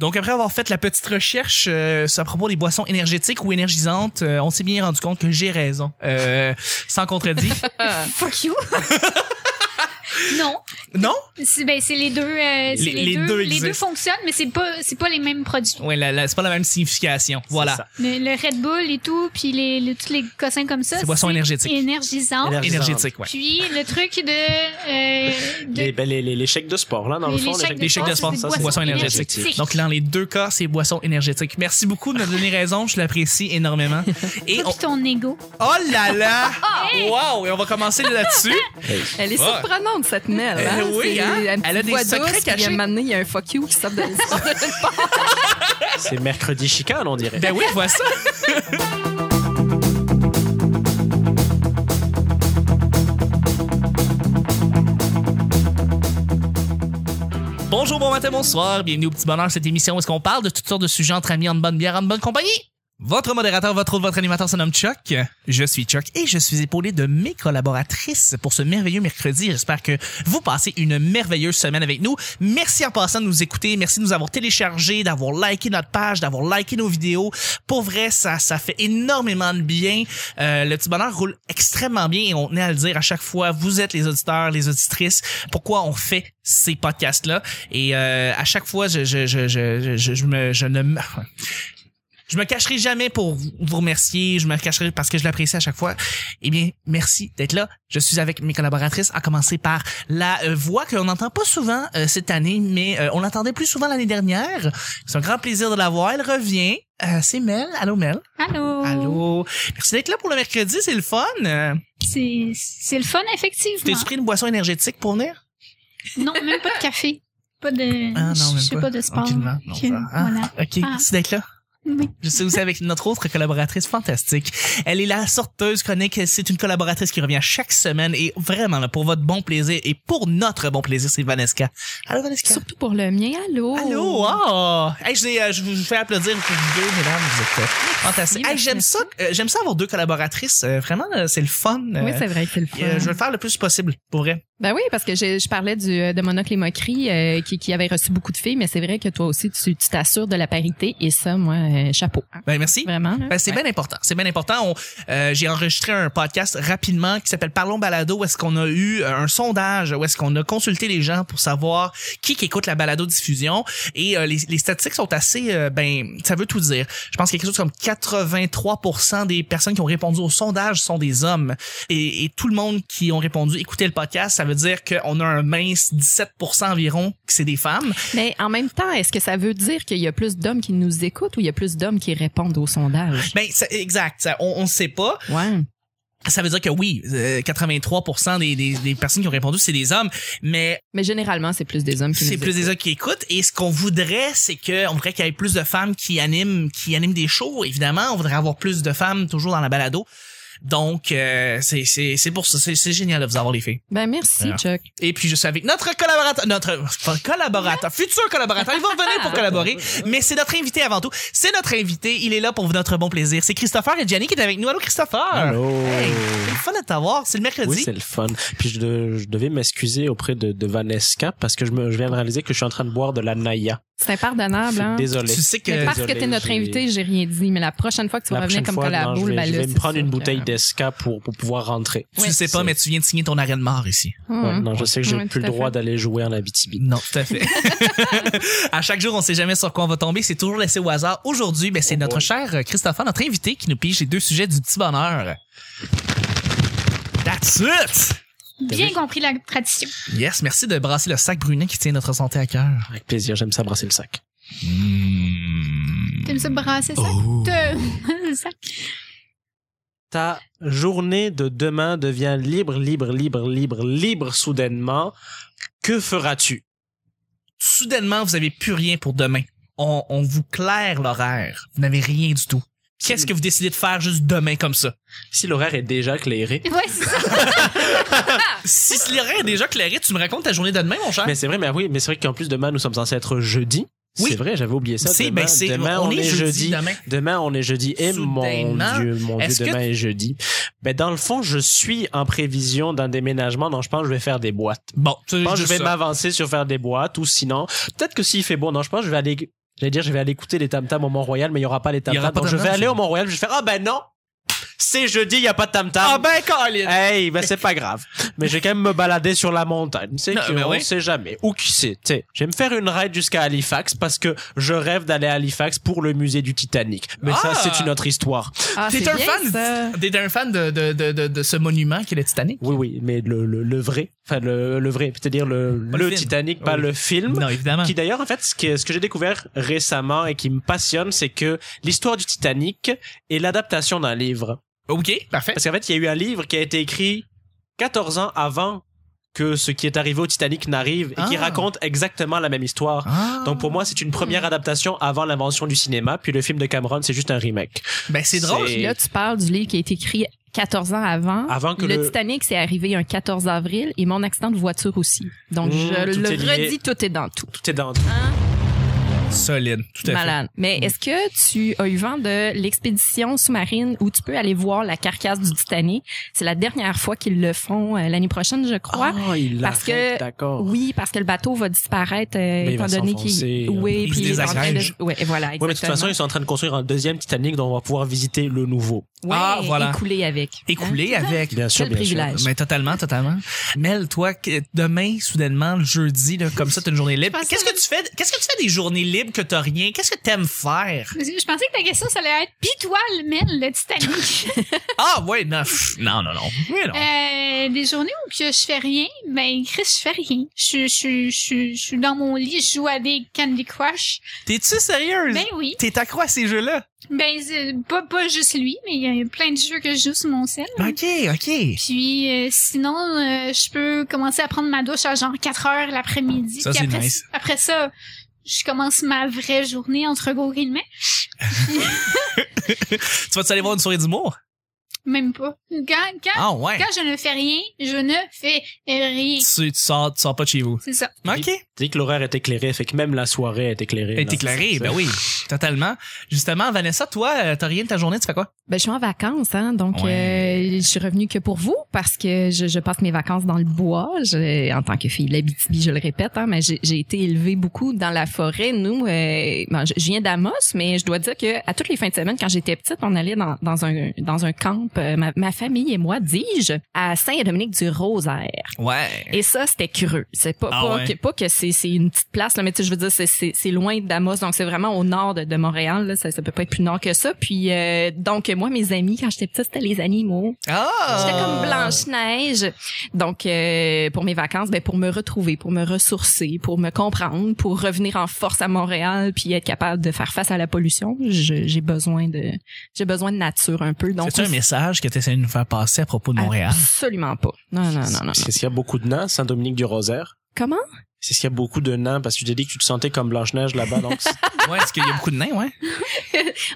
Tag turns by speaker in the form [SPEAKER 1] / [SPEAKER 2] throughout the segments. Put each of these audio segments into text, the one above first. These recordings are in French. [SPEAKER 1] Donc, après avoir fait la petite recherche euh, à propos des boissons énergétiques ou énergisantes, euh, on s'est bien rendu compte que j'ai raison. Euh, sans contredit.
[SPEAKER 2] Fuck you. non,
[SPEAKER 1] non?
[SPEAKER 2] c'est ben, c'est les deux, euh, c'est
[SPEAKER 1] Les-
[SPEAKER 2] les,
[SPEAKER 1] les
[SPEAKER 2] deux,
[SPEAKER 1] deux
[SPEAKER 2] les deux
[SPEAKER 1] existent.
[SPEAKER 2] fonctionnent, mais c'est pas c'est pas les mêmes produits.
[SPEAKER 1] Oui, la- la- c'est pas la même signification. Voilà.
[SPEAKER 3] ça.
[SPEAKER 2] Le, le Red Bull et tout, puis les, les- tous les cossins comme ça.
[SPEAKER 1] C'est boisson énergétique.
[SPEAKER 2] Énergisant.
[SPEAKER 3] Énergi-
[SPEAKER 1] Énergétique, ouais.
[SPEAKER 2] Puis le truc de, euh, de
[SPEAKER 3] Les, ben, les, les, les chèques de sport, là, dans le
[SPEAKER 2] Les-
[SPEAKER 3] fond.
[SPEAKER 2] les chèques
[SPEAKER 1] Des chèques de sport,
[SPEAKER 2] c'est
[SPEAKER 3] ça,
[SPEAKER 2] des
[SPEAKER 3] c'est-
[SPEAKER 1] boissons
[SPEAKER 2] boissons
[SPEAKER 1] énergétiques.
[SPEAKER 2] énergétiques.
[SPEAKER 1] Donc, dans les deux cas, c'est boissons énergétiques. Merci beaucoup de me donner raison. Je l'apprécie énormément. Et
[SPEAKER 2] toi
[SPEAKER 1] on...
[SPEAKER 2] puis ton ego.
[SPEAKER 1] Oh là là! Wow! Et on va commencer là-dessus.
[SPEAKER 4] Elle est
[SPEAKER 1] Ouais.
[SPEAKER 4] surprenante, cette Mel. Hein?
[SPEAKER 1] Euh, oui,
[SPEAKER 4] C'est
[SPEAKER 1] hein?
[SPEAKER 4] une petite
[SPEAKER 1] Elle a des
[SPEAKER 4] voix
[SPEAKER 1] secrets
[SPEAKER 4] douce, puis
[SPEAKER 1] cachés.
[SPEAKER 4] À un moment donné, il y a un fuck you qui sort de l'histoire.
[SPEAKER 3] C'est mercredi chicane, on dirait.
[SPEAKER 1] Ben oui, vois ça. Bonjour, bon matin, bonsoir. Bienvenue au Petit Bonheur, cette émission où est-ce qu'on parle de toutes sortes de sujets entre amis, en bonne bière, en bonne compagnie. Votre modérateur, votre hôte, votre animateur se nomme Chuck. Je suis Chuck et je suis épaulé de mes collaboratrices pour ce merveilleux mercredi. J'espère que vous passez une merveilleuse semaine avec nous. Merci en passant de nous écouter. Merci de nous avoir téléchargés, d'avoir liké notre page, d'avoir liké nos vidéos. Pour vrai, ça, ça fait énormément de bien. Euh, le petit bonheur roule extrêmement bien et on est à le dire à chaque fois. Vous êtes les auditeurs, les auditrices. Pourquoi on fait ces podcasts-là? Et euh, à chaque fois, je, je, je, je, je, je, je me, je ne me- je me cacherai jamais pour vous remercier. Je me cacherai parce que je l'apprécie à chaque fois. Eh bien, merci d'être là. Je suis avec mes collaboratrices, à commencer par la euh, voix que l'on n'entend pas souvent euh, cette année, mais euh, on l'entendait plus souvent l'année dernière. C'est un grand plaisir de la voir. Elle revient. Euh, c'est Mel. Allô, Mel.
[SPEAKER 2] Allô.
[SPEAKER 1] Allô. Merci d'être là pour le mercredi. C'est le fun. Euh,
[SPEAKER 2] C'est c'est le fun,
[SPEAKER 1] T'es-tu
[SPEAKER 2] effectivement.
[SPEAKER 1] pris une boisson énergétique pour venir?
[SPEAKER 2] Non, même pas de café. Pas de.
[SPEAKER 1] Ah,
[SPEAKER 2] je sais pas. de sport.
[SPEAKER 1] Tranquillement. Non,
[SPEAKER 2] Que-
[SPEAKER 1] ça va. Ah,
[SPEAKER 2] Voilà.
[SPEAKER 1] OK. Merci d'être là.
[SPEAKER 2] Oui.
[SPEAKER 1] Je suis aussi avec notre autre collaboratrice fantastique. Elle est la sorteuse chronique. C'est une collaboratrice qui revient chaque semaine et vraiment, là, pour votre bon plaisir et pour notre bon plaisir, c'est Vanesca. Allô, Vanesca.
[SPEAKER 4] Surtout pour le mien. Allô?
[SPEAKER 1] Allô, oh! Hey, je, les, euh, je vous je vous fais applaudir pour vous deux, mesdames, vous êtes euh, fantastiques. Hey,
[SPEAKER 4] merci,
[SPEAKER 1] j'aime ça, euh, j'aime ça avoir deux collaboratrices. euh, vraiment, euh, c'est le fun. euh,
[SPEAKER 4] Oui, c'est vrai, c'est le fun.
[SPEAKER 1] euh, je vais le faire le plus possible, pour vrai.
[SPEAKER 4] Ben oui, parce que je, je parlais du, euh, de Monocle et Moquerie euh, qui, qui avait reçu beaucoup de filles, mais c'est vrai que toi aussi, tu tu t'assures de la parité et ça, moi, euh, chapeau. hein.
[SPEAKER 1] Ben, merci.
[SPEAKER 4] Vraiment. là.
[SPEAKER 1] Ben, c'est
[SPEAKER 4] Ouais.
[SPEAKER 1] bien important. C'est bien important. On, euh, j'ai enregistré un podcast rapidement qui s'appelle Parlons Balado où est-ce qu'on a eu euh, un sondage, où est-ce qu'on a consulté les gens pour savoir qui, qui écoute la balado diffusion et euh, les, les statistiques sont assez euh, ben ça veut tout dire. Je pense qu'il y a quelque chose comme 83% des personnes qui ont répondu au sondage sont des hommes et, et tout le monde qui ont répondu écoutez le podcast, ça veut dire qu'on a un mince 17% environ que c'est des femmes.
[SPEAKER 4] Mais en même temps, est-ce que ça veut dire qu'il y a plus d'hommes qui nous écoutent ou il y a plus d'hommes qui répondent au sondage?
[SPEAKER 1] Ben c'est- exact, ça, on ne sait pas.
[SPEAKER 4] Ouais.
[SPEAKER 1] Ça veut dire que oui, euh, 83% des, des, des personnes qui ont répondu, c'est des hommes, mais
[SPEAKER 4] Mais généralement, c'est plus des hommes qui
[SPEAKER 1] c'est
[SPEAKER 4] nous
[SPEAKER 1] plus
[SPEAKER 4] écoutent.
[SPEAKER 1] des hommes qui écoutent. Et ce qu'on voudrait, c'est que on voudrait qu'il y ait plus de femmes qui animent, qui animent des shows. Évidemment, on voudrait avoir plus de femmes toujours dans la balado. Donc, euh, c'est c'est c'est pour ça, c'est c'est génial de vous avoir les filles.
[SPEAKER 4] Ben merci,
[SPEAKER 1] Voilà.
[SPEAKER 4] Chuck.
[SPEAKER 1] Et puis je suis avec notre collaborateur, notre enfin, collaborateur, futur collaborateur. Il va revenir
[SPEAKER 4] Ah,
[SPEAKER 1] pour collaborer, mais c'est notre invité avant tout. C'est notre invité. Il est là pour notre bon plaisir. C'est Christopher et Gianni qui est avec nous. Allô, Christopher.
[SPEAKER 3] Allô.
[SPEAKER 1] Hey, c'est le fun de t'avoir. C'est le mercredi.
[SPEAKER 3] Oui, c'est le fun. Puis je, de- je devais m'excuser auprès de, de Vanesca parce que je, me, je viens de réaliser que je suis en train de boire de la Naya.
[SPEAKER 4] C'est impardonnable, hein?
[SPEAKER 3] Désolé.
[SPEAKER 1] Tu sais que
[SPEAKER 4] Mais parce que
[SPEAKER 3] Désolé,
[SPEAKER 4] t'es notre
[SPEAKER 3] j'ai-
[SPEAKER 4] invité, j'ai rien dit. Mais la prochaine fois que tu vas
[SPEAKER 3] La
[SPEAKER 4] revenir
[SPEAKER 3] prochaine
[SPEAKER 4] comme
[SPEAKER 3] fois, non, je
[SPEAKER 4] collabo,
[SPEAKER 3] vais,
[SPEAKER 4] ben
[SPEAKER 3] je
[SPEAKER 4] là,
[SPEAKER 3] vais me
[SPEAKER 4] c'est
[SPEAKER 3] prendre
[SPEAKER 4] sûr
[SPEAKER 3] une
[SPEAKER 4] que-
[SPEAKER 3] bouteille d'esca pour, pour pouvoir rentrer.
[SPEAKER 1] tu
[SPEAKER 4] Ouais,
[SPEAKER 1] le sais pas,
[SPEAKER 3] c'est-
[SPEAKER 1] mais tu viens de signer ton arrêt de mort ici.
[SPEAKER 4] Hum,
[SPEAKER 3] Ouais,
[SPEAKER 4] hum.
[SPEAKER 3] non, je sais que j'ai
[SPEAKER 4] Ouais,
[SPEAKER 3] plus
[SPEAKER 4] tout
[SPEAKER 3] le
[SPEAKER 4] à
[SPEAKER 3] droit
[SPEAKER 4] fait.
[SPEAKER 3] d'aller jouer en Abitibi.
[SPEAKER 1] Non, tout à fait. à chaque jour, on sait jamais sur quoi on va tomber. C'est toujours laissé au hasard. Aujourd'hui, ben, c'est
[SPEAKER 3] Oh
[SPEAKER 1] notre
[SPEAKER 3] boy.
[SPEAKER 1] cher Christopher, notre invité, qui nous pige les deux sujets du petit bonheur. That's it!
[SPEAKER 2] Bien compris la tradition.
[SPEAKER 1] Yes, merci de brasser le sac brunet qui tient notre santé à cœur.
[SPEAKER 3] Avec plaisir, j'aime ça brasser le sac. Hmm.
[SPEAKER 2] T'aimes ça brasser ça?
[SPEAKER 1] Oh.
[SPEAKER 2] Te- ça?
[SPEAKER 3] Ta journée de demain devient libre, libre, libre, libre, libre soudainement. Que feras-tu?
[SPEAKER 1] Soudainement, vous avez plus rien pour demain. On, on vous claire l'horaire. Vous n'avez rien du tout. Qu'est-ce que vous décidez de faire juste demain comme ça?
[SPEAKER 3] Si l'horaire est déjà éclairé.
[SPEAKER 2] Ouais, c'est ça.
[SPEAKER 1] Si l'horaire est déjà clairé, tu me racontes ta journée de demain, mon cher?
[SPEAKER 3] Mais c'est vrai, mais oui, mais c'est vrai qu'en plus demain nous sommes censés être jeudi.
[SPEAKER 1] Oui.
[SPEAKER 3] C'est vrai, j'avais oublié ça.
[SPEAKER 1] C'est-
[SPEAKER 3] Demain,
[SPEAKER 1] ben, c'est-
[SPEAKER 3] demain, on, est, jeudi.
[SPEAKER 1] demain.
[SPEAKER 3] Demain, on est jeudi. Et mon
[SPEAKER 1] Soudainement,
[SPEAKER 3] Dieu, mon Dieu,
[SPEAKER 1] est-ce que
[SPEAKER 3] demain est jeudi. Ben, dans le fond, je suis en prévision d'un déménagement. Donc, je pense que je vais faire des boîtes.
[SPEAKER 1] Bon, tu
[SPEAKER 3] Je
[SPEAKER 1] sais,
[SPEAKER 3] pense que je
[SPEAKER 1] juste
[SPEAKER 3] vais
[SPEAKER 1] ça.
[SPEAKER 3] m'avancer sur faire des boîtes ou sinon, peut-être que s'il fait beau, non, je pense que je vais aller J'allais dire, je vais aller écouter les tam tam au Mont-Royal, mais il y aura pas les tam
[SPEAKER 1] Il y aura
[SPEAKER 3] tam.
[SPEAKER 1] pas
[SPEAKER 3] Donc,
[SPEAKER 1] de
[SPEAKER 3] je
[SPEAKER 1] tam-tam,
[SPEAKER 3] vais aller
[SPEAKER 1] c'est-
[SPEAKER 3] au Mont-Royal, puis je vais faire, ah ben non! C'est jeudi, il y a pas de tam tam.
[SPEAKER 1] Ah ben, Colin!
[SPEAKER 3] Hey, ben c'est pas grave. Mais je vais quand même me balader sur la montagne. Tu sais,
[SPEAKER 1] Non,
[SPEAKER 3] qu'on
[SPEAKER 1] mais
[SPEAKER 3] on
[SPEAKER 1] oui.
[SPEAKER 3] sait jamais. Ou qui sait, tu sais. Je vais me faire une ride jusqu'à Halifax parce que je rêve d'aller à Halifax pour le musée du Titanic. Mais
[SPEAKER 1] Ah.
[SPEAKER 3] ça, c'est une autre histoire.
[SPEAKER 4] Ah,
[SPEAKER 1] T'es
[SPEAKER 4] c'est
[SPEAKER 1] un
[SPEAKER 4] bien,
[SPEAKER 1] fan,
[SPEAKER 4] ça.
[SPEAKER 1] T'es un fan de, de, de, de, de ce monument qu'est le Titanic?
[SPEAKER 3] Oui, oui, mais le, le, le vrai. Enfin, le, le vrai. C'est-à-dire le,
[SPEAKER 1] Pas
[SPEAKER 3] le,
[SPEAKER 1] le film.
[SPEAKER 3] Titanic, pas
[SPEAKER 1] Oui.
[SPEAKER 3] le film.
[SPEAKER 1] Non, évidemment.
[SPEAKER 3] Qui d'ailleurs, en fait, ce que, ce que j'ai découvert récemment et qui me passionne, c'est que l'histoire du Titanic est l'adaptation d'un livre.
[SPEAKER 1] OK, parfait.
[SPEAKER 3] Parce qu'en fait, il y a eu un livre qui a été écrit 14 ans avant que ce qui est arrivé au Titanic n'arrive et qui
[SPEAKER 1] Ah.
[SPEAKER 3] raconte exactement la même histoire.
[SPEAKER 1] Ah.
[SPEAKER 3] Donc pour moi, c'est une première adaptation avant l'invention du cinéma, puis le film de Cameron, c'est juste un remake.
[SPEAKER 1] ben, c'est drôle.
[SPEAKER 3] c'est-
[SPEAKER 4] Puis là, tu parles du livre qui a été écrit 14 ans avant.
[SPEAKER 3] Avant que
[SPEAKER 4] le,
[SPEAKER 3] le-
[SPEAKER 4] Titanic, c'est arrivé un 14 avril et mon accident de voiture aussi. Donc,
[SPEAKER 3] Mmh,
[SPEAKER 4] je
[SPEAKER 3] tout
[SPEAKER 4] le
[SPEAKER 3] est lié.
[SPEAKER 4] redis, tout est dans tout.
[SPEAKER 3] Tout est dans
[SPEAKER 1] Solide, tout à
[SPEAKER 4] Malade. Mais
[SPEAKER 3] Mmh.
[SPEAKER 4] est-ce que tu as eu vent de l'expédition sous-marine où tu peux aller voir la carcasse du Titanic? C'est la dernière fois qu'ils le font euh, l'année prochaine, je crois.
[SPEAKER 3] Ah, il
[SPEAKER 4] Parce que-
[SPEAKER 3] l'arrête, d'accord.
[SPEAKER 4] Oui, parce que le bateau va disparaître euh,
[SPEAKER 3] Ben, il
[SPEAKER 4] étant
[SPEAKER 3] va
[SPEAKER 4] donné
[SPEAKER 3] s'enfoncer,
[SPEAKER 4] qu'il
[SPEAKER 3] euh,
[SPEAKER 4] oui,
[SPEAKER 1] il
[SPEAKER 4] puis
[SPEAKER 1] se
[SPEAKER 4] est en train de-
[SPEAKER 1] désagrège.
[SPEAKER 4] ouais, et voilà, exactement.
[SPEAKER 3] Oui, mais de toute façon, ils sont en train de construire un deuxième Titanic dont on va pouvoir visiter le nouveau.
[SPEAKER 4] Ouais,
[SPEAKER 1] Ah, voilà.
[SPEAKER 4] et couler avec.
[SPEAKER 1] fait. Écoulé avec.
[SPEAKER 3] Bien sûr,
[SPEAKER 4] Quel
[SPEAKER 3] bien
[SPEAKER 4] privilège.
[SPEAKER 1] Mais totalement, totalement. Mel, toi, que- demain, soudainement, le jeudi, là, comme ça, t'as une journée libre.
[SPEAKER 2] Je pense
[SPEAKER 1] Qu'est-ce
[SPEAKER 2] que-
[SPEAKER 1] que tu fais? Qu'est-ce que tu fais des journées libres que t'as rien? Qu'est-ce que t'aimes faire?
[SPEAKER 2] Parce que Je pensais que ta question, ça allait être pitoile, mais le Titanic.
[SPEAKER 1] Ah, ouais, non, pff, non, non, non. Oui, non.
[SPEAKER 2] Euh, des journées où que je fais rien, ben, Chris, je fais rien. Je, je, je, je, je suis dans mon lit, je joue à des Candy Crush.
[SPEAKER 1] T'es-tu sérieuse?
[SPEAKER 2] Ben oui.
[SPEAKER 1] T'es accro à ces jeux-là?
[SPEAKER 2] Ben, c'est pas, pas juste lui, mais il y a plein de jeux que je joue sur mon sel.
[SPEAKER 1] OK, OK.
[SPEAKER 2] Puis euh, sinon, euh, je peux commencer à prendre ma douche à genre 4 heures l'après-midi.
[SPEAKER 1] Ça,
[SPEAKER 2] Puis
[SPEAKER 1] c'est
[SPEAKER 2] après,
[SPEAKER 1] nice.
[SPEAKER 2] après ça, je commence ma vraie journée entre gros guillemets.
[SPEAKER 1] Tu vas-tu aller voir une soirée d'humour?
[SPEAKER 2] Même pas. Quand, quand,
[SPEAKER 1] Ah, ouais.
[SPEAKER 2] quand je ne fais rien, je ne fais rien.
[SPEAKER 1] Tu, tu sors, tu sors pas de chez vous.
[SPEAKER 2] C'est ça.
[SPEAKER 1] OK.
[SPEAKER 3] Tu dis que l'horaire est éclairé, fait que même la soirée est éclairée.
[SPEAKER 1] T'es
[SPEAKER 3] là.
[SPEAKER 1] éclairé, ben oui, totalement. Justement, Vanessa, toi, euh, t'as rien de ta journée, tu fais quoi?
[SPEAKER 4] Ben, je suis en vacances, hein, donc
[SPEAKER 1] Ouais.
[SPEAKER 4] euh, je suis revenue que pour vous parce que je, je passe mes vacances dans le bois. Je- en tant que fille de l'Abitibi, je le répète, hein, mais j'ai j'ai été élevée beaucoup dans la forêt. Nous, euh, ben, je je viens d'Amos, mais je dois dire que à toutes les fins de semaine, quand j'étais petite, on allait dans, dans un dans un camp, euh, ma, ma famille et moi, dis-je, à Saint-Dominique-du-Rosaire.
[SPEAKER 1] Ouais.
[SPEAKER 4] Et ça, c'était curieux. C'est pas,
[SPEAKER 1] Ah
[SPEAKER 4] pas,
[SPEAKER 1] ouais.
[SPEAKER 4] que, pas que c'est c'est une petite place, là, mais tu sais, je veux dire, c'est- c'est c'est loin d'Amos, donc c'est vraiment au nord de, de Montréal. Là, ça, ça peut pas être plus nord que ça. Puis euh, donc, moi, mes amis, quand j'étais petite, c'était les animaux.
[SPEAKER 1] Ah!
[SPEAKER 4] J'étais comme Blanche-Neige. Donc, euh, pour mes vacances, ben, pour me retrouver, pour me ressourcer, pour me comprendre, pour revenir en force à Montréal puis être capable de faire face à la pollution, je- j'ai besoin de j'ai besoin de nature un peu. Donc, Ah.
[SPEAKER 1] C'est un message que t'essayes de nous faire passer à propos de Montréal.
[SPEAKER 4] absolument pas. Non,
[SPEAKER 1] Ah,
[SPEAKER 4] non, non, non.
[SPEAKER 3] C'est ce qu'il y a beaucoup de nains, Saint-Dominique-du-Rosaire.
[SPEAKER 4] Comment?
[SPEAKER 3] C'est ce qu'il y a beaucoup de nains parce que tu t'es dit que tu te sentais comme Blanche-Neige là-bas, donc c'est-
[SPEAKER 1] ouais, est-ce qu'il y a beaucoup de nains, ouais?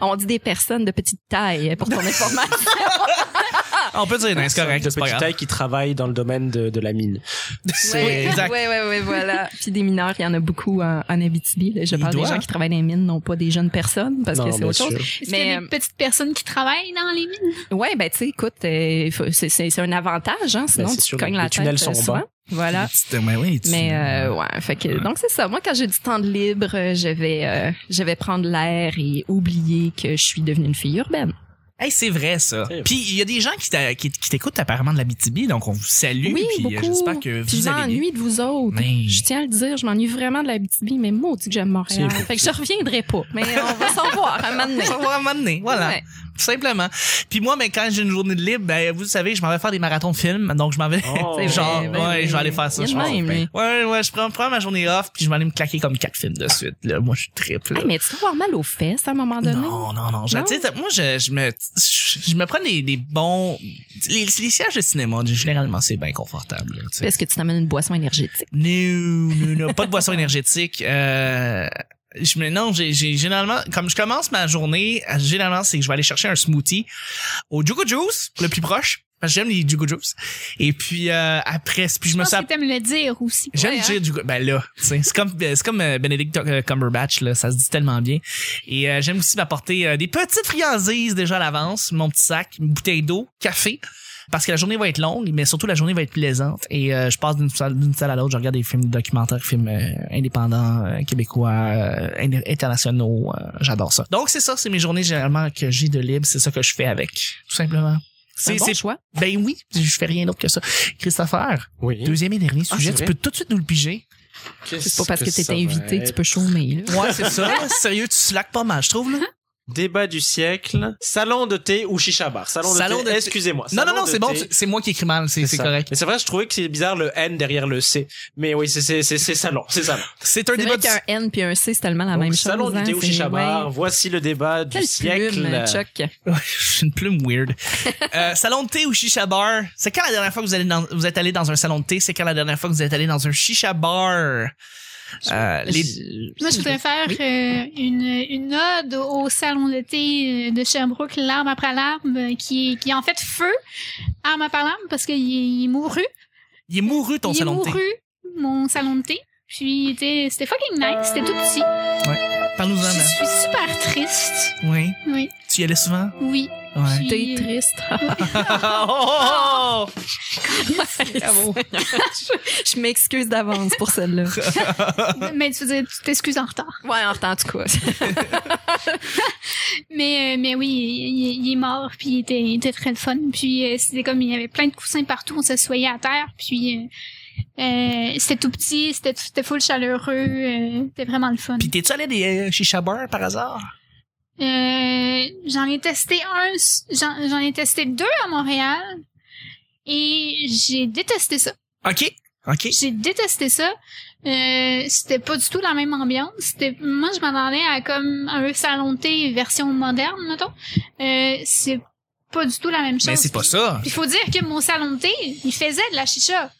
[SPEAKER 4] On dit des personnes de petite taille pour ton information.
[SPEAKER 1] Ah, on peut dire nains, c'est correct,
[SPEAKER 3] de
[SPEAKER 1] c'est pas
[SPEAKER 3] petite
[SPEAKER 1] grave.
[SPEAKER 3] taille qui travaille dans le domaine de, de la mine.
[SPEAKER 1] C'est exact.
[SPEAKER 4] Ouais, ouais, ouais, voilà. Puis des mineurs, il y en a beaucoup en, en Abitibi. là. Je
[SPEAKER 1] Il
[SPEAKER 4] parle
[SPEAKER 1] doit.
[SPEAKER 4] des gens qui travaillent dans les mines, non pas des jeunes personnes, parce
[SPEAKER 3] Non,
[SPEAKER 4] que c'est
[SPEAKER 3] bien
[SPEAKER 4] autre chose.
[SPEAKER 3] sûr.
[SPEAKER 2] Est-ce
[SPEAKER 4] Mais,
[SPEAKER 2] qu'il y a des
[SPEAKER 4] euh,
[SPEAKER 2] petites personnes qui travaillent dans les mines?
[SPEAKER 4] Ouais, ben tu sais, écoute, euh, faut- c'est- c'est c'est un avantage, hein, sinon
[SPEAKER 3] Ben, c'est
[SPEAKER 4] tu te
[SPEAKER 3] sûr,
[SPEAKER 4] cognes
[SPEAKER 3] les
[SPEAKER 4] la tête
[SPEAKER 3] tunnels
[SPEAKER 4] euh,
[SPEAKER 3] sont bas.
[SPEAKER 4] souvent. Voilà.
[SPEAKER 1] C'était- ouais, oui, tu-
[SPEAKER 4] Mais euh, ouais, fait que donc c'est ça. Moi, quand j'ai du temps de libre, euh, je vais euh, je vais prendre l'air et oublier que je suis devenue une fille urbaine.
[SPEAKER 1] Hey, c'est vrai, ça.
[SPEAKER 3] C'est vrai.
[SPEAKER 1] Puis, il y a des gens qui t'a- qui qui t'écoutent apparemment de la BTB, donc on vous salue.
[SPEAKER 4] oui,
[SPEAKER 1] puis, euh,
[SPEAKER 4] beaucoup.
[SPEAKER 1] j'espère que
[SPEAKER 4] Puis
[SPEAKER 1] vous
[SPEAKER 4] je
[SPEAKER 1] allez bien.
[SPEAKER 4] m'ennuie de vous autres.
[SPEAKER 1] Mais-
[SPEAKER 4] Je tiens à le dire, je m'ennuie vraiment de la BTB, mais maudit que j'aime Montréal.
[SPEAKER 3] C'est fou.
[SPEAKER 4] Fait que je reviendrai pas, mais on va s'en voir à un moment donné.
[SPEAKER 1] Ça va m'amener, voilà.
[SPEAKER 4] Ouais.
[SPEAKER 1] Tout simplement. Puis moi, ben, quand j'ai une journée de libre, ben, vous savez, je m'en vais faire des marathons de films, donc je m'en vais.
[SPEAKER 3] Oh.
[SPEAKER 4] C'est
[SPEAKER 1] genre,
[SPEAKER 4] vrai,
[SPEAKER 1] ouais,
[SPEAKER 4] ben oui.
[SPEAKER 1] je vais aller faire ça.
[SPEAKER 4] Il y
[SPEAKER 1] je
[SPEAKER 4] a de
[SPEAKER 1] pense.
[SPEAKER 4] même, lui.
[SPEAKER 1] Ouais, ouais, je prends, prends ma journée off, puis je vais aller me claquer comme quatre films de suite. Là. Moi, je suis triple. là.
[SPEAKER 4] Hey, mais tu dois avoir mal aux fesses à un moment donné.
[SPEAKER 1] Non, non, non. Je-
[SPEAKER 4] Non?
[SPEAKER 1] tu sais, moi, je, je me, je, je me prends des, des bons. Les, les sièges de cinéma, généralement, c'est bien confortable. là, tu sais.
[SPEAKER 4] Est-ce que tu t'amènes une boisson énergétique?
[SPEAKER 1] Non, non, non, pas de boisson énergétique. Euh, je me, non, j'ai, j'ai généralement, comme je commence ma journée, euh, généralement, c'est que je vais aller chercher un smoothie au Jugo Juice, le plus proche. Parce que j'aime les Jugo Juice. Et puis euh, après, puis je,
[SPEAKER 2] Je
[SPEAKER 1] me
[SPEAKER 2] pense
[SPEAKER 1] suis
[SPEAKER 2] que t'aimes le dire aussi.
[SPEAKER 1] J'aime
[SPEAKER 4] Ouais, hein?
[SPEAKER 1] dire du go- ben là, tu sais, c'est comme c'est comme euh, Benedict euh, Cumberbatch là, ça se dit tellement bien. Et euh, j'aime aussi m'apporter euh, des petites friandises déjà à l'avance, mon petit sac, une bouteille d'eau, café parce que la journée va être longue, mais surtout la journée va être plaisante et euh, je passe d'une salle, d'une salle à l'autre, je regarde des films documentaires, films euh, indépendants euh, québécois, euh, in- internationaux, euh, j'adore ça. Donc c'est ça, c'est mes journées généralement que j'ai de libre, c'est ça que je fais avec, tout simplement.
[SPEAKER 4] C'est un
[SPEAKER 1] C'est
[SPEAKER 4] bon
[SPEAKER 1] c'est
[SPEAKER 4] choix.
[SPEAKER 1] ben oui, je fais rien d'autre que ça. Christopher,
[SPEAKER 3] Oui.
[SPEAKER 1] deuxième et dernier
[SPEAKER 3] Ah,
[SPEAKER 1] sujet,
[SPEAKER 3] c'est
[SPEAKER 1] tu peux
[SPEAKER 3] vrai?
[SPEAKER 1] tout de suite nous le piger.
[SPEAKER 4] C'est pas parce que t'es invité que tu peux chômer. là.
[SPEAKER 1] Ouais, c'est ça. Sérieux, tu slack pas mal, je trouve, là.
[SPEAKER 3] Débat du siècle, salon de thé ou chicha bar. Salon de
[SPEAKER 1] Salon
[SPEAKER 3] thé,
[SPEAKER 1] de thé.
[SPEAKER 3] excusez-moi.
[SPEAKER 1] Non, non,
[SPEAKER 3] salon
[SPEAKER 1] non,
[SPEAKER 3] de
[SPEAKER 1] c'est bon,
[SPEAKER 3] thé.
[SPEAKER 1] c'est- c'est moi qui écris mal, c'est c'est
[SPEAKER 3] ça.
[SPEAKER 1] correct.
[SPEAKER 3] Mais c'est vrai, je trouvais que c'est bizarre le N derrière le C. Mais oui, c'est c'est c'est c'est salon, c'est salon.
[SPEAKER 1] C'est un
[SPEAKER 4] C'est
[SPEAKER 1] débat.
[SPEAKER 4] vrai
[SPEAKER 1] du-
[SPEAKER 4] qu'un N puis un C, c'est tellement la
[SPEAKER 3] Donc,
[SPEAKER 4] même chose.
[SPEAKER 3] salon
[SPEAKER 4] hein,
[SPEAKER 3] du thé ou
[SPEAKER 4] c'est-
[SPEAKER 3] chicha
[SPEAKER 4] ouais.
[SPEAKER 3] bar. Voici le débat du
[SPEAKER 4] Quelle
[SPEAKER 3] siècle.
[SPEAKER 4] plume,
[SPEAKER 1] euh,
[SPEAKER 4] Chuck.
[SPEAKER 1] Ouais, Je suis une plume weird. Euh, salon de thé ou chicha bar? C'est quand la dernière fois que vous, allez dans- vous êtes allé dans un salon de thé? C'est quand la dernière fois que vous êtes allé dans un chicha bar? Euh, les...
[SPEAKER 2] Moi, je voudrais faire euh, une, une ode au salon de thé euh, de Sherbrooke, l'arme après l'arme, euh, qui, est- qui est en fait feu, arme après l'arme, parce qu'il est, il est mouru.
[SPEAKER 1] Il est mouru, ton
[SPEAKER 2] il est
[SPEAKER 1] salon de thé.
[SPEAKER 2] mouru, mon salon de thé. Puis c'était c'était fucking nice, c'était tout petit.
[SPEAKER 1] Parle-nous-en,
[SPEAKER 2] Je
[SPEAKER 1] hein.
[SPEAKER 2] suis super triste.
[SPEAKER 1] Oui.
[SPEAKER 2] Oui,
[SPEAKER 1] Tu y allais souvent?
[SPEAKER 2] oui.
[SPEAKER 1] Ouais.
[SPEAKER 4] T'es triste.
[SPEAKER 1] Oh!
[SPEAKER 4] Bravo. je je m'excuse d'avance pour celle-là.
[SPEAKER 2] Mais tu veux dire, tu t'excuses en retard.
[SPEAKER 4] Ouais, en retard, du coup.
[SPEAKER 2] Mais, euh, mais oui, il, il est mort, puis il était, il était très le fun. Puis euh, c'était comme, il y avait plein de coussins partout, on s'assoyait à terre, puis euh, euh, c'était tout petit, c'était c'était full chaleureux, euh, c'était vraiment le fun.
[SPEAKER 1] Puis t'es-tu allé des euh, chicha bar par hasard?
[SPEAKER 2] Euh, j'en ai testé un, s- j'en j'en ai testé deux à Montréal, et j'ai détesté ça.
[SPEAKER 1] OK. OK.
[SPEAKER 2] J'ai détesté ça. Euh, c'était pas du tout la même ambiance. C'était, moi, je m'attendais à comme un salon de thé version moderne, mettons. Euh, c'est pas du tout la même chose.
[SPEAKER 1] Mais Ben, c'est pas ça.
[SPEAKER 2] Il faut dire que mon salon de thé, il faisait de la chicha.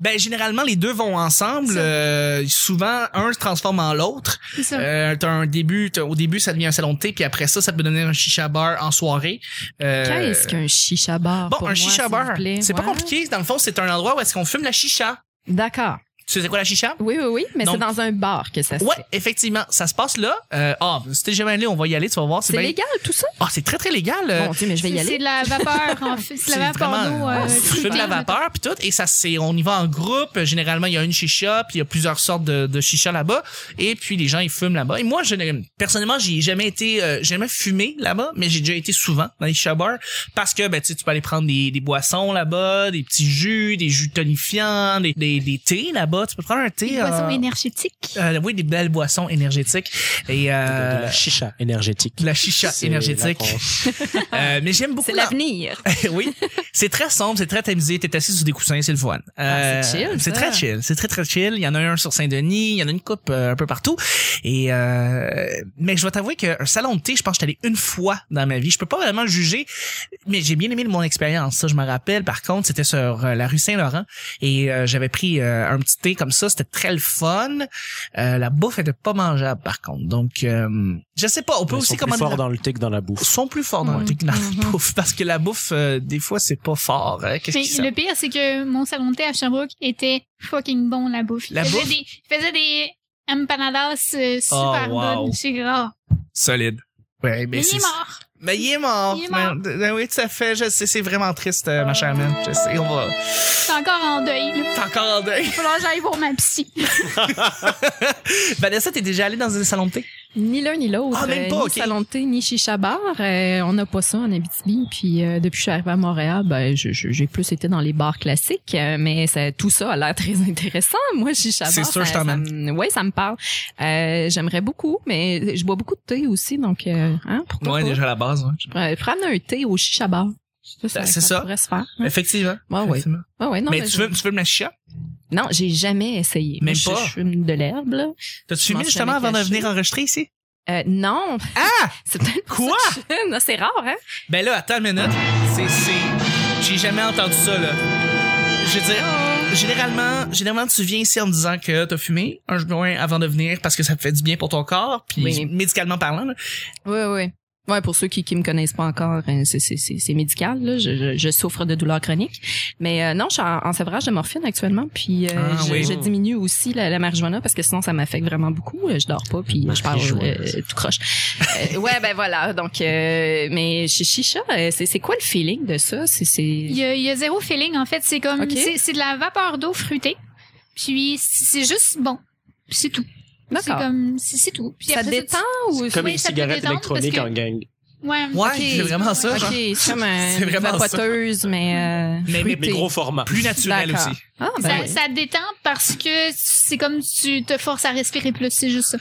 [SPEAKER 1] Ben, généralement, les deux vont ensemble.
[SPEAKER 2] Ça.
[SPEAKER 1] Euh, souvent, un se transforme en l'autre.
[SPEAKER 2] C'est
[SPEAKER 4] Ah.
[SPEAKER 2] ça.
[SPEAKER 1] Euh, t'as un début, t'as- au début ça devient un salon de thé, puis après ça, ça peut devenir un chicha bar en soirée. Euh,
[SPEAKER 4] Qu'est-ce qu'un chicha bar?
[SPEAKER 1] Bon,
[SPEAKER 4] pour
[SPEAKER 1] un
[SPEAKER 4] moi,
[SPEAKER 1] chicha
[SPEAKER 4] s'il vous
[SPEAKER 1] bar,
[SPEAKER 4] plaît?
[SPEAKER 1] c'est pas
[SPEAKER 4] Ouais.
[SPEAKER 1] compliqué. Dans le fond, c'est un endroit où est-ce qu'on fume la chicha.
[SPEAKER 4] D'accord.
[SPEAKER 1] Tu sais quoi la chicha?
[SPEAKER 4] Oui, oui, oui, mais
[SPEAKER 1] Donc-
[SPEAKER 4] c'est dans un bar que ça se
[SPEAKER 1] Ouais,
[SPEAKER 4] fait.
[SPEAKER 1] effectivement, ça se passe là. Euh, Ah, si t'es jamais allé, on va y aller, tu vas voir.
[SPEAKER 4] C'est
[SPEAKER 1] bien-
[SPEAKER 4] légal, tout ça?
[SPEAKER 1] Ah, c'est très très légal. euh,
[SPEAKER 4] Mon Dieu, mais je vais y
[SPEAKER 2] C'est- C'est
[SPEAKER 4] aller.
[SPEAKER 2] de la vapeur, en fait. C'est de la vapeur d'eau.
[SPEAKER 1] on fume
[SPEAKER 2] euh,
[SPEAKER 1] de
[SPEAKER 2] filtrée,
[SPEAKER 1] la
[SPEAKER 2] mettons.
[SPEAKER 1] vapeur puis tout et ça c'est on y va en groupe généralement il y a une chicha puis il y a plusieurs sortes de, de chicha là-bas et puis les gens ils fument là-bas et moi je n'ai- personnellement j'ai jamais été euh, j'ai jamais fumé là-bas mais j'ai déjà été souvent dans les chicha bars parce que ben tu sais, tu peux aller prendre des, des boissons là-bas des petits jus des jus tonifiants des des, des thés là-bas tu peux prendre un
[SPEAKER 2] Des
[SPEAKER 1] thé
[SPEAKER 2] boissons
[SPEAKER 1] euh,
[SPEAKER 2] énergétiques.
[SPEAKER 1] euh, oui des belles boissons énergétiques et
[SPEAKER 3] De, de
[SPEAKER 1] euh,
[SPEAKER 3] la chicha énergétique.
[SPEAKER 1] de la chicha
[SPEAKER 3] C'est
[SPEAKER 1] énergétique
[SPEAKER 3] la France.
[SPEAKER 1] Euh, mais j'aime beaucoup
[SPEAKER 4] C'est
[SPEAKER 1] la-
[SPEAKER 4] l'avenir.
[SPEAKER 1] oui, c'est très sombre, c'est très tamisé. T'es assis sur des coussins, c'est le fun. Euh,
[SPEAKER 4] Ah, c'est chill,
[SPEAKER 1] C'est
[SPEAKER 4] ça.
[SPEAKER 1] très chill, c'est très très chill. Il y en a un sur Saint-Denis, il y en a une coupe euh, un peu partout. Et euh, mais je dois t'avouer qu'un salon de thé, je pense que j'étais allé une fois dans ma vie. Je peux pas vraiment juger, mais j'ai bien aimé mon expérience. Ça, je me rappelle. Par contre, c'était sur euh, la rue Saint-Laurent et euh, j'avais pris euh, un petit thé comme ça. C'était très le fun. Euh, la bouffe était pas mangeable, par contre. Donc, euh, je sais pas. On peut
[SPEAKER 3] Ils
[SPEAKER 1] aussi
[SPEAKER 3] sont plus
[SPEAKER 1] commander.
[SPEAKER 3] forts
[SPEAKER 1] la-
[SPEAKER 3] dans le thé que dans la bouffe.
[SPEAKER 1] sont plus forts dans, le
[SPEAKER 4] Ouais.
[SPEAKER 1] thé que dans la
[SPEAKER 4] Mhm.
[SPEAKER 1] bouffe parce que la bouffe euh, des fois c'est pas fort hein. qu'est-ce
[SPEAKER 2] Mais
[SPEAKER 1] qui ça
[SPEAKER 2] le pire, c'est que mon salon de thé à Sherbrooke était fucking bon, la bouffe.
[SPEAKER 1] La
[SPEAKER 2] il, faisait
[SPEAKER 1] bouffe?
[SPEAKER 2] Des, il faisait des empanadas euh, super
[SPEAKER 1] Oh, wow.
[SPEAKER 2] bonnes. C'est gras.
[SPEAKER 1] solide ouais mais,
[SPEAKER 2] Mais il
[SPEAKER 1] c'est-
[SPEAKER 2] est mort.
[SPEAKER 1] mais il est mort
[SPEAKER 2] Il est mort.
[SPEAKER 1] Mais- ben oui tout à fait je sais c'est vraiment triste euh, ma chère man je sais on va
[SPEAKER 2] C'est encore en deuil. là.
[SPEAKER 1] T'es encore en deuil
[SPEAKER 2] Il va falloir que j'aille voir ma psy.
[SPEAKER 1] Vanessa t'es déjà allée dans un salon de thé
[SPEAKER 4] Ni l'un ni l'autre.
[SPEAKER 1] Ah, même
[SPEAKER 4] Euh,
[SPEAKER 1] pas,
[SPEAKER 4] ni
[SPEAKER 1] ok.
[SPEAKER 4] salon de thé, ni chicha bar. Euh, on n'a pas ça en Abitibi. Puis euh, depuis que je suis arrivée à Montréal, ben, je- je- j'ai plus été dans les bars classiques. Euh, mais ça, tout ça a l'air très intéressant. Moi, chicha bar.
[SPEAKER 1] C'est sûr, je
[SPEAKER 4] ça-
[SPEAKER 1] t'emmène.
[SPEAKER 4] ça me- Oui, ça me parle. Euh, J'aimerais beaucoup, mais je bois beaucoup de thé aussi. Donc, euh, hein, pourquoi
[SPEAKER 1] ouais
[SPEAKER 4] pas?
[SPEAKER 1] déjà à la base ouais.
[SPEAKER 4] Prends- Euh, Prendre un thé au chicha bar.
[SPEAKER 1] Ben, c'est ça.
[SPEAKER 4] pourrait se faire. hein.
[SPEAKER 1] effectivement
[SPEAKER 4] Ouais, ouais.
[SPEAKER 1] Effectivement.
[SPEAKER 4] Ouais, ouais, non,
[SPEAKER 1] Ah mais
[SPEAKER 4] mais
[SPEAKER 1] tu
[SPEAKER 4] je-
[SPEAKER 1] veux tu veux me la chicha
[SPEAKER 4] Non, j'ai jamais essayé.
[SPEAKER 1] Même
[SPEAKER 4] Moi, je-
[SPEAKER 1] pas.
[SPEAKER 4] Je fume de l'herbe. là.
[SPEAKER 1] t'as-tu
[SPEAKER 4] Je
[SPEAKER 1] fumé
[SPEAKER 4] m'en suis
[SPEAKER 1] justement
[SPEAKER 4] jamais
[SPEAKER 1] avant de
[SPEAKER 4] cachée.
[SPEAKER 1] venir enregistrer ici
[SPEAKER 4] Euh, non,
[SPEAKER 1] ah
[SPEAKER 4] c'est peut-être pour
[SPEAKER 1] Quoi?
[SPEAKER 4] ça que je- Non, c'est rare, hein?
[SPEAKER 1] ben là attends une minute c'est c'est j'ai jamais entendu ça là je veux dire
[SPEAKER 4] hein?
[SPEAKER 1] Généralement, généralement, tu viens ici en me disant que t'as fumé un joint avant de venir parce que ça te fait du bien pour ton corps, puis
[SPEAKER 4] Oui.
[SPEAKER 1] médicalement parlant. là.
[SPEAKER 4] Oui, oui. Ouais, pour ceux qui qui me connaissent pas encore, hein, c'est c'est- c'est c'est médical. Là. Je, je, je souffre de douleurs chroniques, mais euh, non, je suis en, en sevrage de morphine actuellement. Puis euh,
[SPEAKER 1] Ah,
[SPEAKER 4] je,
[SPEAKER 1] oui.
[SPEAKER 4] je diminue aussi la, la marijuana parce que sinon ça m'affecte vraiment beaucoup. Euh, Je dors pas, puis je parle euh,
[SPEAKER 3] Marijuana.
[SPEAKER 4] tout croche. Euh, ouais, ben voilà. Donc, euh, mais chi- chicha, euh, c'est c'est quoi le feeling de ça C'est c'est
[SPEAKER 2] Il y a, il y a zéro feeling, en fait. C'est comme,
[SPEAKER 4] Ok.
[SPEAKER 2] c'est c'est de la vapeur d'eau fruitée. Puis c'est juste bon. Puis C'est tout. C'est
[SPEAKER 4] d'accord.
[SPEAKER 2] comme, c'est c'est tout. Puis
[SPEAKER 4] Ça
[SPEAKER 2] après
[SPEAKER 4] détend
[SPEAKER 2] tu-
[SPEAKER 4] ou
[SPEAKER 3] Comme
[SPEAKER 2] Oui,
[SPEAKER 3] une
[SPEAKER 2] ça peut
[SPEAKER 3] cigarette
[SPEAKER 2] détendre
[SPEAKER 3] électronique
[SPEAKER 2] parce
[SPEAKER 3] en gang.
[SPEAKER 2] Ouais,
[SPEAKER 1] Ouais,
[SPEAKER 2] ok.
[SPEAKER 1] c'est vraiment ça, genre.
[SPEAKER 4] Ok, c'est comme
[SPEAKER 1] C'est
[SPEAKER 4] une
[SPEAKER 1] vraiment ça.
[SPEAKER 4] vapoteuse, mais
[SPEAKER 1] Mais-
[SPEAKER 4] euh,
[SPEAKER 1] mais- mais
[SPEAKER 3] Mais
[SPEAKER 4] fruitée.
[SPEAKER 3] gros format.
[SPEAKER 1] Plus naturel
[SPEAKER 4] D'accord.
[SPEAKER 1] aussi.
[SPEAKER 4] Ah, ben
[SPEAKER 2] Ça,
[SPEAKER 4] oui.
[SPEAKER 2] ça détend parce que c'est comme tu te forces à respirer plus, c'est juste ça.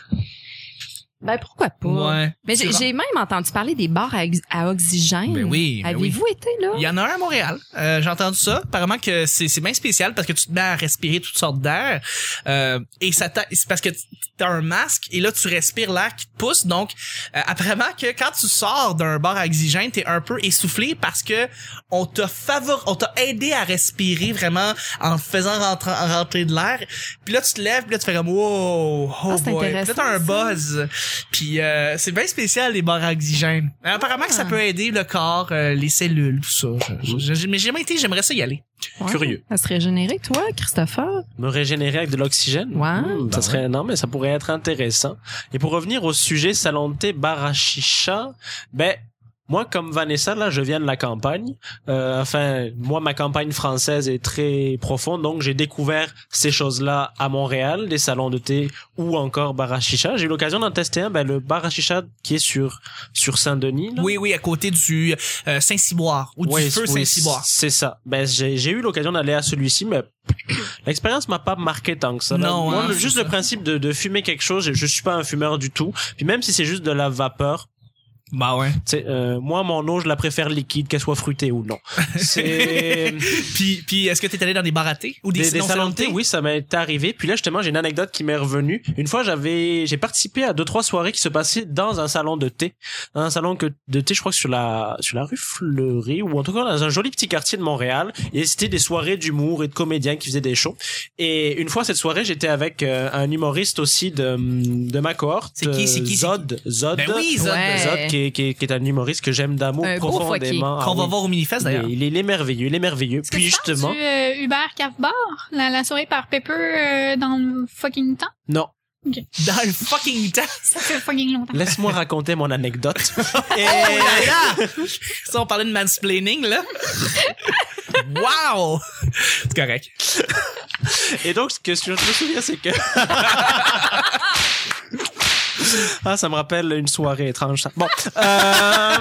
[SPEAKER 4] Ben pourquoi pas
[SPEAKER 1] Ouais.
[SPEAKER 4] Mais j'ai
[SPEAKER 1] C'est
[SPEAKER 4] j'ai même entendu parler des bars à, ox- à oxygène.
[SPEAKER 1] Ben oui, ben oui.
[SPEAKER 4] Avez-vous été là?
[SPEAKER 1] Il y en a un à Montréal. Euh, J'ai entendu ça. Apparemment que c'est c'est bien spécial parce que tu te mets à respirer toutes sortes d'air. Euh, et ça t'a- c'est parce que t'as un masque et là tu respires l'air qui te pousse. Donc euh, apparemment que quand tu sors d'un bar à oxygène, t'es un peu essoufflé parce que on t'a favor, on t'a aidé à respirer vraiment en te faisant rentrer, rentrer de l'air. Puis là tu te lèves, puis là tu fais comme wow, oh
[SPEAKER 4] Ah, c'est
[SPEAKER 1] boy. Puis là
[SPEAKER 4] intéressant,
[SPEAKER 1] t'as un
[SPEAKER 4] ça.
[SPEAKER 1] buzz. Puis euh, c'est bien spécial les barres à oxygène. Euh, Apparemment que ça peut aider le corps, euh, les cellules, tout ça. Je- je- je- mais j'ai jamais été, j'aimerais ça y aller.
[SPEAKER 4] Ouais.
[SPEAKER 3] Curieux.
[SPEAKER 4] Ça serait généré, toi, Christopher?
[SPEAKER 3] Me régénérer avec de l'oxygène.
[SPEAKER 4] Ouais.
[SPEAKER 3] Hmm, ça serait non mais ça pourrait être intéressant. Et pour revenir au sujet salon de thé bar à chicha, ben moi comme Vanessa là, je viens de la campagne. Euh, enfin, moi ma campagne française est très profonde donc j'ai découvert ces choses-là à Montréal, des salons de thé ou encore bar à chicha. J'ai eu l'occasion d'en tester un ben le bar à chicha qui est sur sur Saint-Denis. là.
[SPEAKER 1] Oui, oui, à côté du euh, Saint-Cyboire ou
[SPEAKER 3] Ouais,
[SPEAKER 1] du feu
[SPEAKER 3] oui,
[SPEAKER 1] Saint-Cyboire.
[SPEAKER 3] C'est ça. Ben, j'ai j'ai eu l'occasion d'aller à celui-ci, mais l'expérience m'a pas marqué tant que ça. Là,
[SPEAKER 1] Non,
[SPEAKER 3] Moi,
[SPEAKER 1] hein,
[SPEAKER 3] le-
[SPEAKER 1] c'est
[SPEAKER 3] juste
[SPEAKER 1] ça.
[SPEAKER 3] le principe de, de fumer quelque chose, je, je suis pas un fumeur du tout. Puis même si c'est juste de la vapeur,
[SPEAKER 1] Bah ouais.
[SPEAKER 3] tu sais, euh, moi, mon eau, je la préfère liquide, qu'elle soit fruitée ou non. C'est...
[SPEAKER 1] Puis, puis est-ce que t'es allé dans des bars à thé ou des,
[SPEAKER 3] des, des
[SPEAKER 1] non,
[SPEAKER 3] salons de thé, oui, ça m'est arrivé. Puis là, justement, j'ai une anecdote qui m'est revenue. Une fois, j'avais, j'ai participé à deux trois soirées qui se passaient dans un salon de thé, dans un salon que de thé, je crois que sur la sur la rue Fleury ou en tout cas dans un joli petit quartier de Montréal. Et c'était des soirées d'humour et de comédiens qui faisaient des shows. Et une fois cette soirée, j'étais avec euh, un humoriste aussi de de ma cohorte,
[SPEAKER 1] C'est qui, c'est qui, c'est qui?
[SPEAKER 3] Zod, Zod.
[SPEAKER 1] Ben oui, Zod.
[SPEAKER 4] Ouais.
[SPEAKER 3] Zod, qui est, qui, est, qui est un humoriste que j'aime d'amour
[SPEAKER 4] Un beau foquier.
[SPEAKER 3] profondément. Ah
[SPEAKER 1] Qu'on va
[SPEAKER 3] oui.
[SPEAKER 1] voir au Minifest
[SPEAKER 3] Il est,
[SPEAKER 1] d'ailleurs.
[SPEAKER 3] il est- il est merveilleux, il est merveilleux.
[SPEAKER 2] Est-ce que
[SPEAKER 3] Puis
[SPEAKER 2] tu parles
[SPEAKER 3] justement,
[SPEAKER 2] Du, euh, Hubert Cafbar, la, la soirée par Pepper euh, dans le fucking temps.
[SPEAKER 3] non,
[SPEAKER 1] Dans le fucking temps.
[SPEAKER 2] Ça fait fucking longtemps.
[SPEAKER 3] Laisse-moi raconter mon anecdote.
[SPEAKER 1] Oh
[SPEAKER 3] Et-
[SPEAKER 1] là là! ça, on parlait de mansplaining, là. wow! C'est correct.
[SPEAKER 3] Et donc, ce que je me souviens, c'est que... ah, ça me rappelle une soirée étrange, ça. Bon. euh,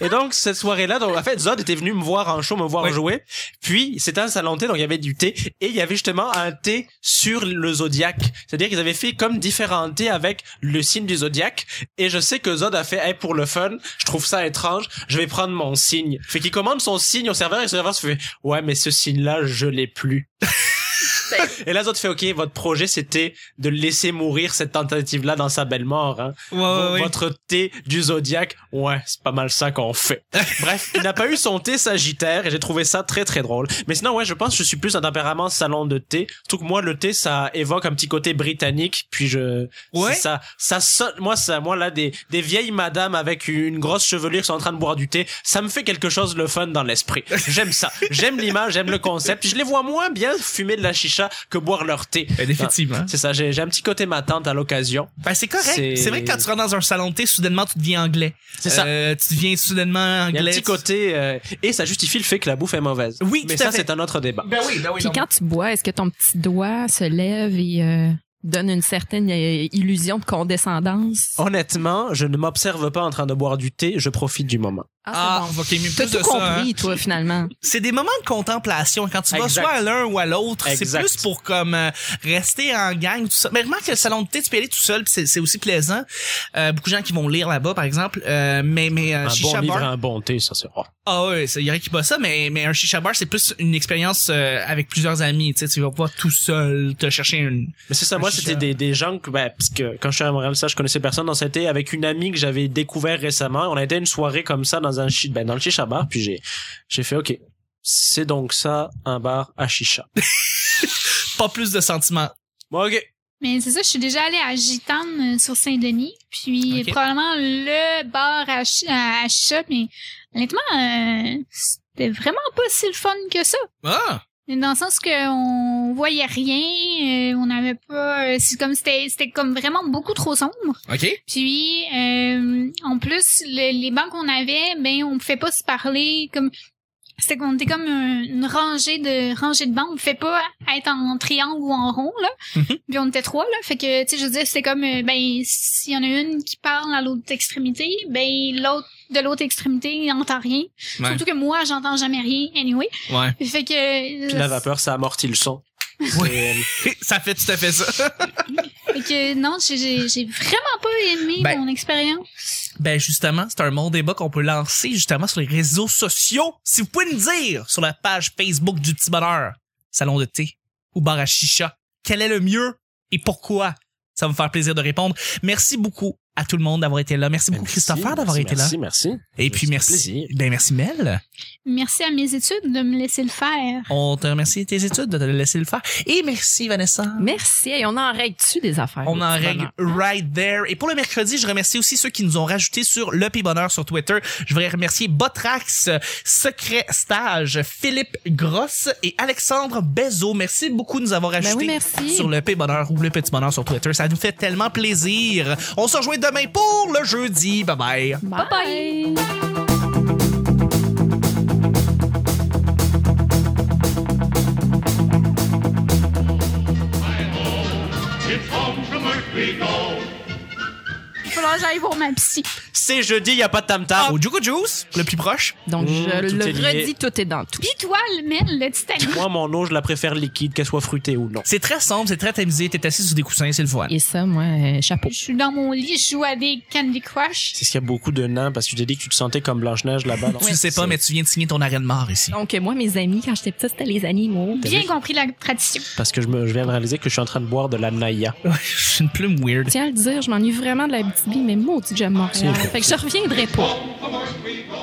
[SPEAKER 3] Et donc, cette soirée-là, donc, en fait, Zod était venu me voir en show, me voir
[SPEAKER 1] Oui.
[SPEAKER 3] jouer. Puis, c'était un salon de thé, donc il y avait du thé. Et il y avait justement un thé sur le zodiaque. C'est-à-dire qu'ils avaient fait comme différents thés avec le signe du zodiaque. Et je sais que Zod a fait, hey, pour le fun, je trouve ça étrange, je vais prendre mon signe. Fait qu'il commande son signe au serveur et le serveur se fait, ouais, mais ce signe-là, je l'ai plus. et là, Zod fait, ok, votre projet, c'était de laisser mourir cette tentative-là dans sa belle mort, hein.
[SPEAKER 1] Ouais, ouais, ouais.
[SPEAKER 3] Votre thé du zodiaque, ouais, c'est pas mal ça qu'on fait. Bref, il n'a pas eu son thé sagittaire et j'ai trouvé ça très très drôle. Mais sinon, ouais, je pense que je suis plus un tempérament salon de thé. Surtout que moi, le thé, ça évoque un petit côté britannique. Puis je,
[SPEAKER 1] Ouais.
[SPEAKER 3] c'est ça, ça sonne. Moi, ça, moi là, des, des vieilles madames avec une grosse chevelure qui sont en train de boire du thé, ça me fait quelque chose le fun dans l'esprit. J'aime ça. J'aime l'image, j'aime le concept. Puis je les vois moins bien fumer de la chicha que boire leur thé.
[SPEAKER 1] Ben, Définitivement.
[SPEAKER 3] C'est ça, j'ai j'ai un petit côté ma tante à l'occasion.
[SPEAKER 1] Ben, c'est correct.
[SPEAKER 3] C'est-
[SPEAKER 1] C'est vrai que quand tu rentres dans un salon de thé, soudainement, tu deviens anglais.
[SPEAKER 3] C'est ça.
[SPEAKER 1] Euh, tu deviens soudainement
[SPEAKER 3] Il y a
[SPEAKER 1] anglais.
[SPEAKER 3] un petit côté euh, et ça justifie le fait que la bouffe est mauvaise.
[SPEAKER 1] Oui,
[SPEAKER 3] mais
[SPEAKER 1] tout à
[SPEAKER 3] ça
[SPEAKER 1] fait.
[SPEAKER 3] c'est un autre débat.
[SPEAKER 1] Ben oui, ben oui.
[SPEAKER 4] Puis quand tu bois, est-ce que ton petit doigt se lève et euh, donne une certaine euh, illusion de
[SPEAKER 1] Oh.
[SPEAKER 4] condescendance?
[SPEAKER 3] Honnêtement, je ne m'observe pas en train de boire du thé, je profite du moment.
[SPEAKER 1] Ah,
[SPEAKER 4] c'est bon.
[SPEAKER 1] ok, mais
[SPEAKER 4] T'as
[SPEAKER 1] plus
[SPEAKER 4] tout
[SPEAKER 1] de ça. hein.
[SPEAKER 4] compris, toi, finalement.
[SPEAKER 1] C'est des moments de contemplation. Quand tu vas
[SPEAKER 3] Exact.
[SPEAKER 1] soit à l'un ou à l'autre, c'est
[SPEAKER 3] Exact.
[SPEAKER 1] plus pour comme euh, rester en gang. Tout ça. Mais remarque que le salon de thé, tu peux y aller tout seul, puis c'est c'est aussi plaisant. Euh, beaucoup de gens qui vont lire là-bas, par exemple. Euh, mais mais euh,
[SPEAKER 3] Un
[SPEAKER 1] Shisha
[SPEAKER 3] bon
[SPEAKER 1] Bar-
[SPEAKER 3] livre, un bon thé, ça c'est rare.
[SPEAKER 1] Ah ouais, il y en a qui bossent ça, mais, mais un shisha bar, c'est plus une expérience euh, avec plusieurs amis. Tu sais, tu vas pas tout seul te chercher une...
[SPEAKER 3] Mais c'est ça,
[SPEAKER 1] Un
[SPEAKER 3] moi
[SPEAKER 1] shisha.
[SPEAKER 3] c'était des, des gens que ben, parce que quand je suis à Montréal, ça je connaissais personne. On s'était avec une amie que j'avais découvert récemment. On a été à une soirée comme ça dans un chi- ben, dans le chicha bar. Puis j'ai j'ai fait ok, c'est donc ça un bar à chicha.
[SPEAKER 1] Pas plus de sentiments.
[SPEAKER 3] Bon ok,
[SPEAKER 2] Mais c'est ça, je suis déjà allée à Gitane euh, sur Saint-Denis, puis
[SPEAKER 1] Ok.
[SPEAKER 2] probablement le bar à, chi- à, à chicha, mais honnêtement, euh, c'était vraiment pas si le fun que ça.
[SPEAKER 1] Ah!
[SPEAKER 2] Dans le sens que on voyait rien, euh, on n'avait pas, euh, c'est comme c'était, c'était comme vraiment beaucoup trop sombre.
[SPEAKER 1] OK.
[SPEAKER 2] Puis euh, en plus le- les bancs qu'on avait, ben on pouvait pas se parler comme c'était qu'on était comme un- une rangée de rangée de bancs, on pouvait pas être en triangle ou en rond là.
[SPEAKER 1] Mhm.
[SPEAKER 2] Puis on était trois là, fait que tu sais je veux dire c'était comme euh, ben s'il y en a une qui parle à l'autre extrémité, ben l'autre de l'autre extrémité n'entend rien.
[SPEAKER 1] Ouais.
[SPEAKER 2] Surtout que moi j'entends jamais rien anyway.
[SPEAKER 1] Ouais.
[SPEAKER 2] Fait que
[SPEAKER 3] Puis la vapeur, ça amortit le son.
[SPEAKER 1] Ouais. ça fait tout à fait ça.
[SPEAKER 2] fait que non, j'ai- j'ai j'ai vraiment pas aimé
[SPEAKER 1] Ben,
[SPEAKER 2] mon expérience.
[SPEAKER 1] Ben justement, c'est un bon débat qu'on peut lancer justement sur les réseaux sociaux. Si vous pouvez nous dire sur la page Facebook du Petit Bonheur, salon de thé ou bar à chicha, quel est le mieux et pourquoi? Ça va me faire plaisir de répondre. Merci beaucoup à tout le monde d'avoir été là. Ben, Merci beaucoup Christopher d'avoir été là.
[SPEAKER 3] euh, Merci, merci.
[SPEAKER 1] Et puis
[SPEAKER 3] C'est un
[SPEAKER 1] merci.
[SPEAKER 3] plaisir.
[SPEAKER 1] Ben merci Mel.
[SPEAKER 2] Merci à mes études de me laisser le faire.
[SPEAKER 1] On te remercie de tes études de te laisser le faire. Et merci Vanessa.
[SPEAKER 4] Merci. Et on en règle-tu des affaires?
[SPEAKER 1] On
[SPEAKER 4] des
[SPEAKER 1] en
[SPEAKER 4] petits
[SPEAKER 1] règle
[SPEAKER 4] bonheurs?
[SPEAKER 1] right there. Et pour le mercredi, je remercie aussi ceux qui nous ont rajouté sur Le Pays Bonheur sur Twitter. Je voudrais remercier Botrax, Secret Stage, Philippe Grosse et Alexandre Bezo. Merci beaucoup de nous avoir
[SPEAKER 4] Ben oui,
[SPEAKER 1] ajoutés
[SPEAKER 4] merci.
[SPEAKER 1] sur Le Pays Bonheur ou Le Petit Bonheur sur Twitter. Ça nous fait tellement plaisir. On se rejoint demain pour le jeudi. Bye bye.
[SPEAKER 4] Bye bye!
[SPEAKER 5] It's home from where we go.
[SPEAKER 2] Il va falloir que j'aille voir ma psy.
[SPEAKER 3] C'est jeudi, y a pas de tam-tam.
[SPEAKER 1] Au Juco Juice, le plus proche.
[SPEAKER 4] Donc,
[SPEAKER 3] Mmh,
[SPEAKER 4] je
[SPEAKER 3] tout
[SPEAKER 4] le
[SPEAKER 3] est lié.
[SPEAKER 4] redis, tout est dans tout.
[SPEAKER 2] Puis toi, le Mel, le Titanic.
[SPEAKER 3] Moi, mon eau, je la préfère liquide, qu'elle soit fruitée ou non.
[SPEAKER 1] C'est très sombre, c'est très tamisé. T'es assis sur des coussins, c'est le fun.
[SPEAKER 4] Et ça, moi, euh, chapeau.
[SPEAKER 2] Je suis dans mon lit, je joue à des Candy Crush.
[SPEAKER 3] C'est ce qu'il y a beaucoup de nains, parce que tu t'es dit que tu te sentais comme Blanche-Neige là-bas.
[SPEAKER 1] Tu le sais pas, mais tu viens de signer ton arrêt de mort ici.
[SPEAKER 4] Donc, euh, moi, mes amis, quand j'étais petite, c'était les animaux.
[SPEAKER 2] Bien compris la tradition.
[SPEAKER 3] Parce que je, me, je viens de réaliser que je suis en train de boire de la Naya.
[SPEAKER 1] Je suis une plume weird.
[SPEAKER 4] Je tiens à le dire, je m'ennuie vraiment de la BTB, mais maudit que j'aime Montréal.
[SPEAKER 3] C'est vrai.
[SPEAKER 4] Fait que je reviendrai pas.
[SPEAKER 5] Home from where we go.